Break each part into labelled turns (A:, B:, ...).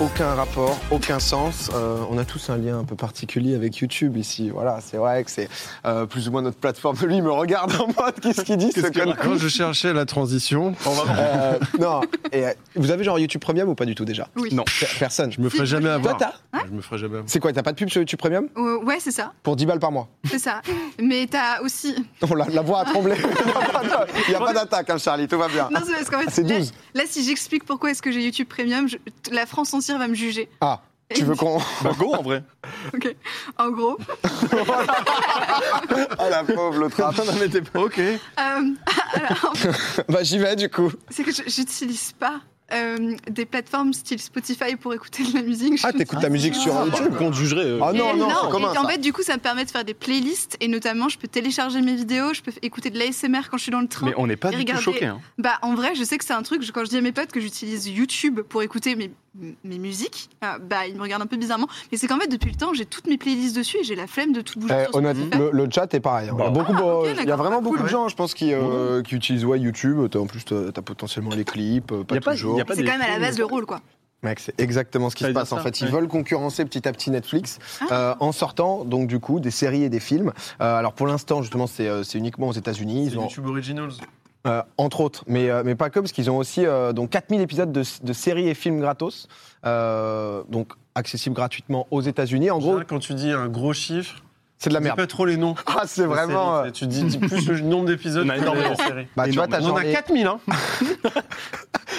A: aucun rapport, aucun sens. Euh, on a tous un lien un peu particulier avec YouTube ici. Voilà, c'est vrai que c'est euh, plus ou moins notre plateforme. Lui il me regarde en mode qu'est-ce qu'il dit ce
B: Qu'est-ce que-
A: con
B: Quand je cherchais la transition,
A: Euh, Non. Et, euh, vous avez genre YouTube Premium ou pas du tout déjà
C: Oui.
B: Non.
A: Per- Personne.
B: je me ferais jamais
A: Toi
B: avoir.
A: t'as
B: Je me ferais jamais avoir.
A: C'est quoi T'as pas de pub sur YouTube Premium
C: Euh, ouais, c'est ça,
A: pour 10 balles par mois
C: c'est ça. Mais t'as aussi.
A: Oh, la, la voix a tremblé. Il n'y a pas d'attaque, hein, Charlie, tout va bien.
C: Non, c'est parce qu'en fait,
A: Ah, C'est
C: là,
A: 12.
C: là, si j'explique pourquoi est-ce que j'ai YouTube Premium, je- t- la France entière va me juger.
A: Ah, tu veux qu'on.
D: Bah go en vrai.
C: Ok. En gros,
A: Ah, la pauvre, le trappe.
D: Ok.
C: euh, alors,
A: Bah, j'y vais du coup.
C: c'est que je- j'utilise pas euh, des plateformes style Spotify pour écouter de la musique.
A: Ah,
C: Je-
A: t'écoutes ta musique sur
D: Ah,
A: YouTube
D: qu'on te jugerait. euh.
A: Ah
C: Et
A: non, non,
C: non,
A: c'est commun.
C: et en
A: ça.
C: fait, du coup, ça me permet de faire des playlists et notamment, je peux télécharger mes vidéos, je peux f- écouter de l'ASMR quand je suis dans le train.
D: Mais on n'est
C: Et
D: pas du tout
C: regardez.
D: choqués. hein.
C: Bah, en vrai, je sais que c'est un truc, je- quand je dis à mes potes que j'utilise YouTube pour écouter mes, mes musiques, ah, bah, ils me regardent un peu bizarrement. Mais c'est qu'en fait, depuis le temps, j'ai toutes mes playlists dessus et j'ai la flemme de tout bouger.
A: Eh,
C: sur
A: honnête,
C: Spotify.
A: le, le chat est pareil. hein.
D: Bah.
A: Il y a, beaucoup,
C: Ah,
A: euh,
C: ok,
A: il y a
C: d'accord,
A: vraiment
C: cool.
A: beaucoup de gens, je pense, qui, euh,
D: Mhm.
A: qui utilisent ouais, YouTube. T'as- En plus, t'as t'as potentiellement les clips, euh,
D: Il
A: pas
D: y a pas-
A: toujours.
D: il y a pas-
C: C'est
D: des
C: quand même à la
D: films,
C: base le rôle, quoi.
A: Mec, c'est exactement ce qui
D: Ça
A: se
D: veut dire
A: passe en
D: ça,
A: fait. Ils
D: ouais.
A: veulent concurrencer petit à petit Netflix
C: Ah.
A: euh, en sortant donc du coup des séries et des films. Euh, alors pour l'instant justement c'est euh, c'est uniquement aux États-Unis. Ils ont
E: YouTube Originals.
A: Euh, entre autres, mais, euh, mais pas que, parce qu'ils ont aussi euh, donc 4000 épisodes de, de séries et films gratos, euh, donc accessibles gratuitement aux États-Unis. En
E: En
A: gros,
E: général, quand tu dis un gros chiffre,
A: c'est de la
E: tu dis
A: merde.
E: pas trop les noms.
A: Ah, c'est
E: La
A: vraiment.
E: série,
A: euh,
E: Tu dis, dis plus le nombre d'épisodes
D: On a
E: que
D: énormément.
E: la série.
A: bah, tu vois, t'as
E: On en
A: genre
E: a
A: les- Ah,
E: 4000, hein.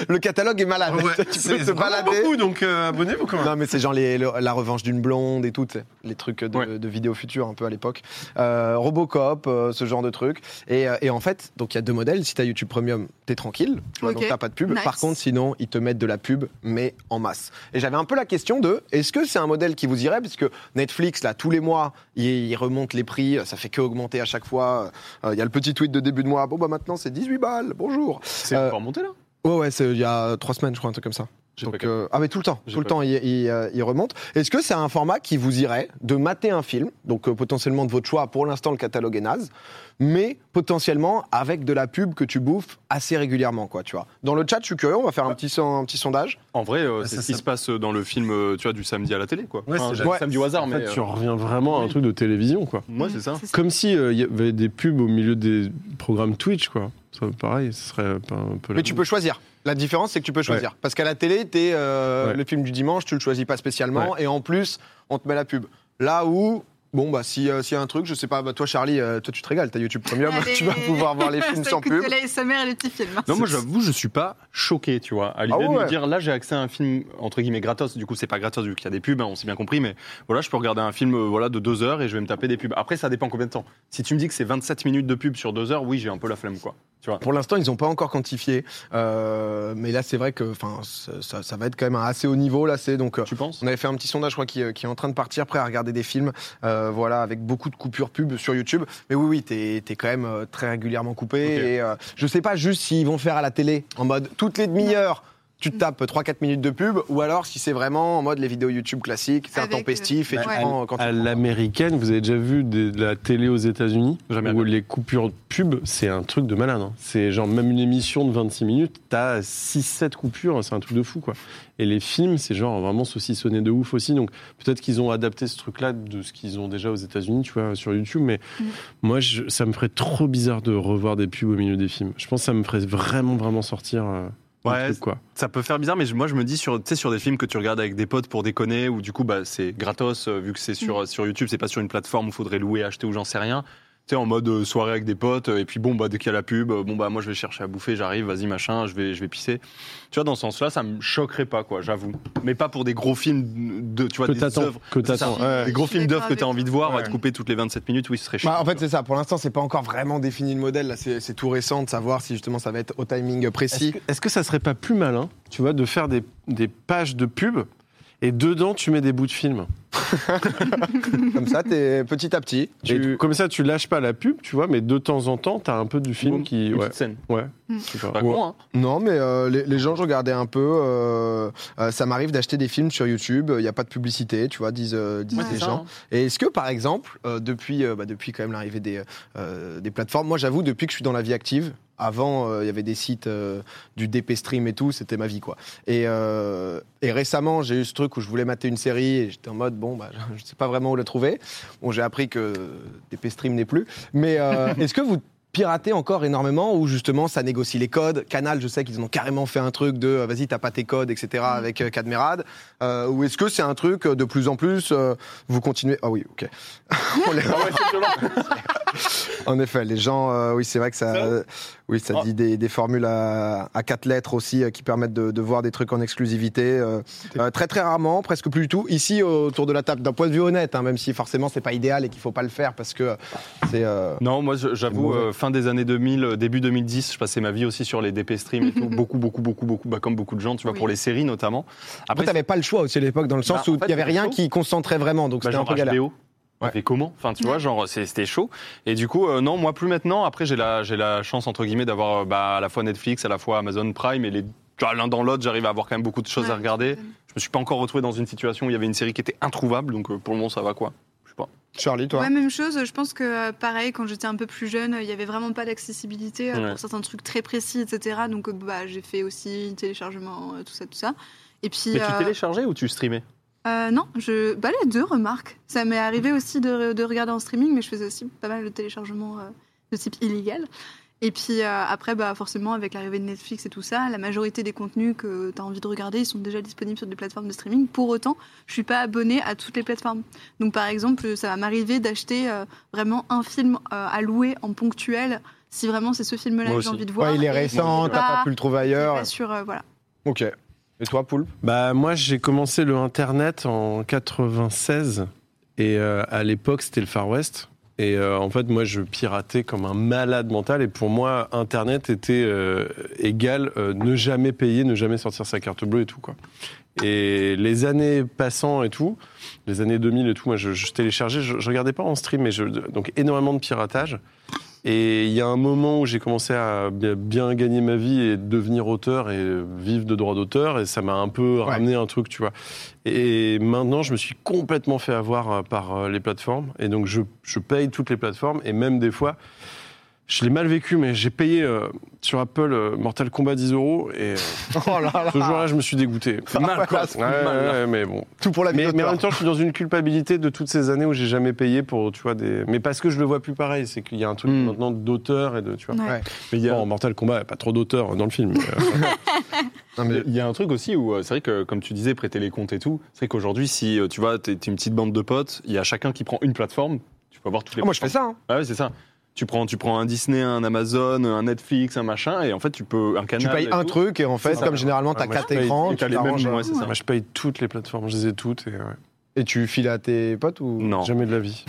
A: le catalogue est malade.
E: Ah Ouais,
A: tu
E: c'est
A: peux te
E: vraiment
A: balader.
E: beaucoup, donc euh, abonnez-vous quand même.
A: Non, mais c'est genre les- le- la revanche d'une blonde et tout, tu sais, les trucs de,
D: Ouais.
A: de vidéos futures un peu à l'époque. Euh, Robocop, euh, ce genre de trucs. Et, euh, et en fait, donc il y a deux modèles. Si t'as YouTube Premium, t'es tranquille, tu vois,
C: Ok.
A: donc t'as pas de pub.
C: Nice.
A: Par contre, sinon, ils te mettent de la pub, mais en masse. Et j'avais un peu la question de, est-ce que c'est un modèle qui vous irait Parce que Netflix, là, tous les mois, ils ils remontent les prix, ça fait que augmenter à chaque fois. Euh, Il y a le petit tweet de début de mois, bon bah maintenant c'est 18 balles, bonjour.
D: C'est
A: Euh,
D: pas remonté là
A: Ouais, ouais, c'est il y a trois semaines, je crois, un truc comme ça.
D: J'ai
A: Donc,
D: pas
A: euh, ah mais tout le temps,
D: J'ai
A: tout le
D: pas
A: temps il, il, euh, il remonte. Est-ce que c'est un format qui vous irait de mater un film, donc euh, potentiellement de votre choix, pour l'instant le catalogue est naze, mais potentiellement avec de la pub que tu bouffes assez régulièrement quoi, tu vois. Dans le chat, je suis curieux, on va faire un petit, son- un petit sondage.
D: En vrai, euh,
E: Ah,
D: c'est
E: ça,
D: ce qui
E: ça-
D: se passe euh, dans le film, euh, tu vois, du samedi à la télé, quoi.
E: Ouais, c'est
D: je
E: vrai.
D: dis samedi au hasard,
B: Ah, En
D: mais
B: fait, tu
D: euh,
B: en reviens vraiment à un truc de télévision, quoi.
D: moi,
C: Mm,
D: c'est ça.
B: Comme si euh, il y avait des pubs au milieu des programmes Twitch, quoi. Ça, pareil, ce serait pas un peu. la
A: Mais tu
B: même.
A: peux choisir. La différence c'est que tu peux choisir. Parce qu'à la télé, t'es euh,
B: Ouais.
A: le film du dimanche, tu le choisis pas spécialement, et en plus on te met la pub. Là où Bon, bah, si, euh, s'il y a un truc, je sais pas, bah, toi, Charlie, euh, toi, tu te régales, t'as YouTube Premium,
C: Allez.
A: tu vas pouvoir voir les films
C: Ça
A: sans
C: écoute
A: pub.
C: que la SMR et les petits films. hein.
D: Non, moi, j'avoue, je suis pas choqué, tu vois, à l'idée
A: Ah ouais,
D: de
A: ouais.
D: me dire, là, j'ai accès à un film, entre guillemets, gratos. Du coup, c'est pas gratos, vu qu'il y a des pubs, hein, on s'est bien compris, mais voilà, je peux regarder un film euh, voilà, de deux heures et je vais me taper des pubs. Après, ça dépend combien de temps. Si tu me dis que c'est 27 minutes de pub sur deux heures, oui, j'ai un peu la flemme, quoi. Tu vois.
A: Pour l'instant, ils n'ont pas encore quantifié, euh, mais là, c'est vrai que, enfin, ça, ça- ça va être quand même à assez haut niveau. Là, c'est donc, euh,
D: Tu penses
A: on avait fait un petit sondage, je crois, qui, euh, qui est en train de partir, prêt à regarder des films, euh, voilà, avec beaucoup de coupures pub sur YouTube. Mais oui, oui, t'es es quand même euh, très régulièrement coupé.
D: Ok.
A: Et euh, je sais pas juste s'ils vont faire à la télé en mode toutes les demi-heures. Tu te tapes 3-4 minutes de pub, ou alors si c'est vraiment en mode les vidéos YouTube classiques, c'est
C: Avec,
A: intempestif et
C: euh,
A: tu
C: ouais.
A: prends quand tu
B: À
A: prends.
B: l'américaine, vous avez déjà vu des- de la télé aux États-Unis
D: Jamais
B: Où
D: regardé.
B: les coupures de pub, c'est un truc de malade. hein. C'est genre même une émission de 26 minutes, t'as 6-7 coupures, hein, c'est un truc de fou quoi. Et les films, c'est genre vraiment saucissonné de ouf aussi. Donc peut-être qu'ils ont adapté ce truc-là de ce qu'ils ont déjà aux États-Unis, tu vois, sur YouTube. Mais
C: Mhm.
B: moi, je- ça me ferait trop bizarre de revoir des pubs au milieu des films. Je pense que ça me ferait vraiment, vraiment sortir. euh, du
D: Ouais,
B: truc, quoi.
D: Ça peut faire bizarre, mais je- moi je me dis sur, tu sais, sur des films que tu regardes avec des potes pour déconner, ou du coup bah, c'est gratos, euh, vu que c'est
C: Mm.
D: sur, sur YouTube, c'est pas sur une plateforme où faudrait louer, acheter ou j'en sais rien. Tu sais, en mode euh, soirée avec des potes, euh, et puis bon, bah, dès qu'il y a la pub, euh, bon, bah, moi je vais chercher à bouffer, j'arrive, vas-y, machin, je vais, je vais pisser. Tu vois, dans ce sens-là, ça me choquerait pas, quoi, j'avoue. Mais pas pour des gros films de, tu vois,
B: Que
D: des
B: t'attends.
D: œuvres.
B: Que
D: C'est ça,
B: t'attends. ouais.
D: Des gros
C: Je suis
D: films d'œuvres
C: d'accord
D: que tu as
C: avec
D: envie de
C: toi.
D: voir,
C: Ouais.
D: être coupé toutes les 27 minutes, oui, ce serait chiant.
A: Bah, en fait, c'est ça. Pour l'instant, c'est pas encore vraiment défini le modèle. Là, c'est c'est tout récent de savoir si justement ça va être au timing
B: Est-ce
A: précis.
B: que, est-ce que ça serait pas plus malin, tu vois, de faire des, des pages de pub et dedans tu mets des bouts de films
A: Comme ça, t'es petit à petit.
B: Et
A: Tu...
B: Comme ça, tu lâches pas la pub, tu vois, mais de temps en temps, t'as un peu du film
D: Boum,
B: qui.
D: Une
B: Ouais.
D: petite scène.
B: ouais.
C: Mm.
B: Je sais pas.
D: Pas
B: Ouais.
D: con, hein.
A: Non, mais euh, les, les gens, je regardais un peu. euh, euh, ça m'arrive d'acheter des films sur YouTube. Il n'y a pas de publicité, tu vois, disent, euh, disent
C: Ouais,
A: les
C: c'est ça, hein.
A: gens. Et est-ce que, par exemple, euh, depuis, euh, bah, depuis quand même l'arrivée des, euh, des plateformes, moi j'avoue, depuis que je suis dans la vie active, avant, euh, il y avait des sites euh, du DP Stream et tout, c'était ma vie, quoi. Et, euh, et récemment, j'ai eu ce truc où je voulais mater une série et j'étais en mode, bon, bah, je ne sais pas vraiment où la trouver. Bon, j'ai appris que DP Stream n'est plus. Mais euh, est-ce que vous piratez encore énormément ou justement ça négocie les codes Canal, je sais qu'ils en ont carrément fait un truc de euh, vas-y, t'as pas tes codes, etc. avec euh, Cadmerad. Euh, ou est-ce que c'est un truc euh, de plus en plus euh, vous continuez Ah oui, ok. On
D: Ah
A: les- en effet, les gens, euh, oui, c'est vrai que ça, euh, oui, ça dit des, des formules à, à quatre lettres aussi euh, qui permettent de, de voir des trucs en exclusivité. euh, euh, très très rarement, presque plus du tout. Ici, autour de la table, d'un point de vue honnête, hein, même si forcément c'est pas idéal et qu'il faut pas le faire parce que c'est. euh,
D: Non, moi je- j'avoue,
A: C'est mauvais.
D: euh, fin des années 2000, euh, début 2010, je passais ma vie aussi sur les DP stream et tout. beaucoup, beaucoup, beaucoup, beaucoup, bah, comme beaucoup de gens, tu vois,
C: Oui.
D: pour les séries notamment.
A: Après, t'avais pas le choix aussi à l'époque, dans le sens
D: Bah,
A: où
D: en fait,
A: il y avait rien
D: chaud.
A: qui concentrait vraiment, donc
D: bah,
A: c'était un
D: genre
A: peu galère.
D: HBO. On
A: Ouais.
D: fait comment Enfin, tu vois, genre, c'est- c'était chaud. Et du coup, euh, non, moi, plus maintenant. Après, j'ai la, j'ai la chance, entre guillemets, d'avoir euh, bah, à la fois Netflix, à la fois Amazon Prime, et les, tu vois, l'un dans l'autre, j'arrive à avoir quand même beaucoup de choses à
C: Ouais,
D: regarder.
C: c'est-
D: Je me suis pas encore retrouvé dans une situation où il y avait une série qui était introuvable, donc euh, pour le moment, ça va quoi. Je sais pas.
A: Charlie, toi
C: Ouais, même chose. Je pense que euh, pareil, quand j'étais un peu plus jeune, euh, il n'y avait vraiment pas d'accessibilité euh,
D: Ouais.
C: pour certains trucs très précis, etc. Donc euh, bah, j'ai fait aussi téléchargement, euh, tout ça, tout ça. Et puis.
D: Mais
C: euh,
D: tu téléchargeais ou tu streamais
C: euh, non, je. Bah, les deux remarques. Ça m'est arrivé aussi de, de regarder en streaming, mais je faisais aussi pas mal de téléchargements euh, de type illégal. Et puis euh, après, bah, forcément, avec l'arrivée de Netflix et tout ça, la majorité des contenus que tu as envie de regarder, ils sont déjà disponibles sur des plateformes de streaming. Pour autant, je suis pas abonnée à toutes les plateformes. Donc par exemple, ça va m'arriver d'acheter euh, vraiment un film euh, à louer en ponctuel, si vraiment c'est ce film-là
D: Moi
C: que j'ai
D: aussi.
C: envie de voir.
A: Ouais, il est
C: Et
A: récent,
C: c'est
A: t'as pas pu le trouver
C: c'est
A: ailleurs.
C: pas sur, euh, voilà.
A: Ok. Et toi, Poulpe
B: Bah moi j'ai commencé le internet en 96 et euh, à l'époque c'était le Far West et euh, en fait moi je piratais comme un malade mental et pour moi internet était euh, égal euh, ne jamais payer, ne jamais sortir sa carte bleue et tout quoi. Et les années passant et tout, les années 2000 et tout, moi je, je téléchargeais, je, je regardais pas en stream mais je donc énormément de piratage. Et il y a un moment où j'ai commencé à bi- bien gagner ma vie et devenir auteur et vivre de droits d'auteur. Et ça m'a un peu ramené un truc, tu vois. Et maintenant, je me suis complètement fait avoir euh, par euh, les plateformes. Et donc, je, je paye toutes les plateformes. Et même des fois, je l'ai mal vécu, mais j'ai payé euh, sur Apple euh, Mortal Kombat 10 euros. Et euh,
A: Oh là là
B: ce jour-là, je me suis dégoûté.
A: mal, quoi.
B: Ouais, ouais, ouais, mais bon.
A: Tout pour la
B: Mais,
A: vie
B: mais en même temps, je suis dans une culpabilité de toutes ces années où j'ai jamais payé pour, tu vois, des. Mais parce que je le vois plus pareil, c'est qu'il y a un truc
A: Hmm.
D: Mm.
B: maintenant d'auteur et de, tu vois.
C: Ouais.
D: Mais il y a-
B: Bon, Mortal Kombat, il y a pas trop d'auteurs dans le film. mais, euh,
A: Non, mais-
D: Il y a un truc aussi où, euh, c'est vrai que, comme tu disais, prêter les comptes et tout, c'est vrai qu'aujourd'hui, si euh, tu vois, t'es t'es une petite bande de potes, il y a chacun qui prend une plateforme, tu peux avoir toutes les
A: Ah, moi, je fais ça. hein.
D: Ah ouais, c'est ça. Tu prends, tu prends un Disney, un Amazon, un Netflix, un machin, et en fait, tu peux. Un
A: Tu
D: canal.
A: payes
D: et
A: un
D: tout.
A: truc Ah, et en fait,
B: C'est ça.
A: comme généralement, t'as
B: Ouais, moi, je
A: quatre
B: paye-
A: écrans,
D: et t'as
A: tu hein.
D: les mêmes,
A: t'arranges,
D: ouais, c'est ça.
B: moi, je paye toutes les plateformes, je les ai toutes et ouais,
A: Et tu files à tes potes ou
D: Non.
B: jamais de la vie.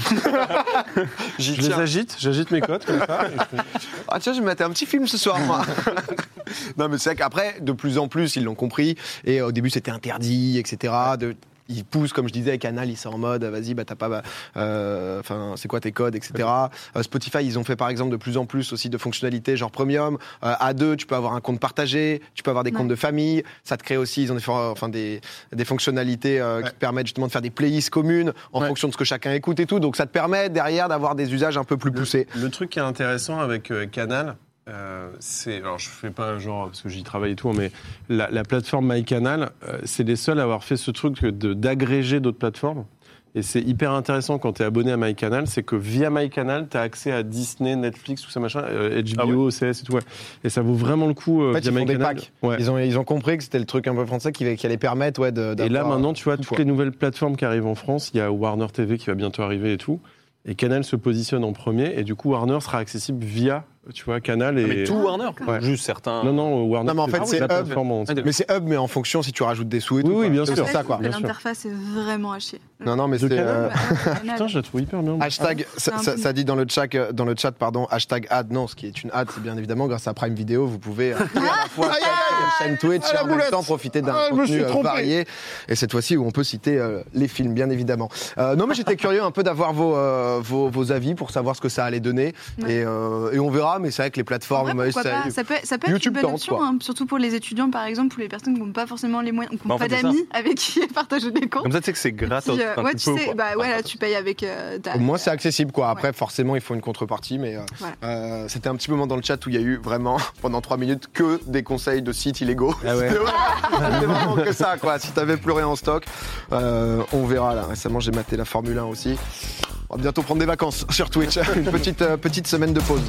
B: je les agite, j'agite mes codes comme ça. et je fais-
A: Ah tiens, je vais mater un petit film ce soir, moi. non, mais c'est vrai qu'après, de plus en plus, ils l'ont compris. Et euh, au début, c'était interdit, etc. De... Ils poussent, comme je disais, Canal, ils sont en mode, vas-y, bah t'as pas, bah, euh, enfin, c'est quoi tes codes, etc. Euh, Spotify, ils ont fait par exemple de plus en plus aussi de fonctionnalités, genre premium. Euh, à deux, tu peux avoir un compte partagé, tu peux avoir des
C: Ouais.
A: comptes de famille. Ça te crée aussi, ils ont des, for- euh, enfin, des, des fonctionnalités euh, qui te permettent justement de faire des playlists communes en
E: Ouais.
A: fonction de ce que chacun écoute et tout. Donc ça te permet derrière d'avoir des usages un peu plus poussés.
B: Le truc qui est intéressant avec euh, Canal, euh, c'est. Alors, je fais pas genre, parce que j'y travaille et tout, mais la, la plateforme MyCanal, euh, c'est les seuls à avoir fait ce truc de- d'agréger d'autres plateformes. Et c'est hyper intéressant quand tu es abonné à MyCanal, c'est que via MyCanal, tu as accès à Disney, Netflix, tout ça machin, euh, HBO,
D: Ah ouais.
B: OCS et tout. ouais. Et ça vaut vraiment le coup euh,
A: En fait,
B: via
A: ils font des
B: MyCanal.
A: packs.
B: Ouais.
A: Ils, ont, ils ont compris que c'était le truc un peu français qui, qui allait permettre ouais, de,
B: Et là
A: d'avoir-
B: maintenant, tu vois,
A: tout,
B: toutes
A: quoi.
B: les nouvelles plateformes qui arrivent en France, il y a Warner TV qui va bientôt arriver et tout. Et Canal se positionne en premier, et du coup, Warner sera accessible via tu vois, Canal et.
D: Mais tout
C: Ah,
D: Warner,
C: d'accord.
D: juste certains.
B: Non, non, Warner.
A: Non, mais en fait,
B: Ah oui,
A: c'est
B: la
A: Hub.
B: plateforme en-
A: Mais c'est Hub, mais en fonction si tu rajoutes des sous et
B: Oui,
A: tout.
B: oui,
A: quoi.
B: bien
A: C'est
B: sûr.
A: ça, quoi.
C: Mais
B: Bien sûr.
C: L'interface est vraiment à chier.
A: Non, non, mais
B: De
A: c'est.
B: Canal.
A: euh,
C: Bah, ouais, Canal.
B: Putain, je la trouve hyper bien.
A: Hashtag,
E: Ah,
A: ça, ça- ça dit dans le chat, euh, dans le chat, pardon, hashtag ad, non, ce qui est une ad, c'est bien évidemment grâce à Prime Video, vous pouvez euh, à la fois sur la chaîne Twitch
E: Ah, la
A: et en même
E: boulette.
A: temps profiter d'un
E: Ah, je me
A: contenu
E: suis
A: euh,
E: trompé.
A: varié. Et cette fois-ci où on peut citer euh, les films, bien évidemment. Euh, non, mais j'étais curieux un peu d'avoir vos, euh, vos, vos avis pour savoir ce que ça allait donner.
C: Ouais.
A: Et, euh, et on verra, mais c'est vrai que les plateformes,
C: En vrai, pourquoi
A: ça-
C: pas ça peut, ça peut être
A: YouTube
C: une bonne
A: tente,
C: option,
A: quoi.
C: hein, surtout pour les étudiants par exemple, ou les personnes qui n'ont pas forcément les moyens, qui
D: Bah,
C: n'ont
D: en
C: pas
D: fait, c'est
C: d'amis avec qui partager des comptes.
D: Comme ça, tu sais que c'est gratos.
C: Puis, euh,
D: Enfin,
C: ouais,
D: tu
C: tu
D: peux,
C: sais,
D: quoi.
C: bah ouais,
D: Enfin,
C: là tu payes avec euh, ta.
A: Au moins, c'est accessible, quoi. Après, forcément, il faut une contrepartie, mais euh,
C: Voilà.
A: euh, c'était un petit moment dans le chat où il y a eu vraiment, pendant trois minutes, que des conseils de sites illégaux. C'était vraiment- c'était vraiment que ça, quoi. Si t'avais plus rien en stock, euh, on verra, là. Récemment, j'ai maté la Formule 1 aussi. On va bientôt prendre des vacances sur Twitch. une petite, euh, petite semaine de pause.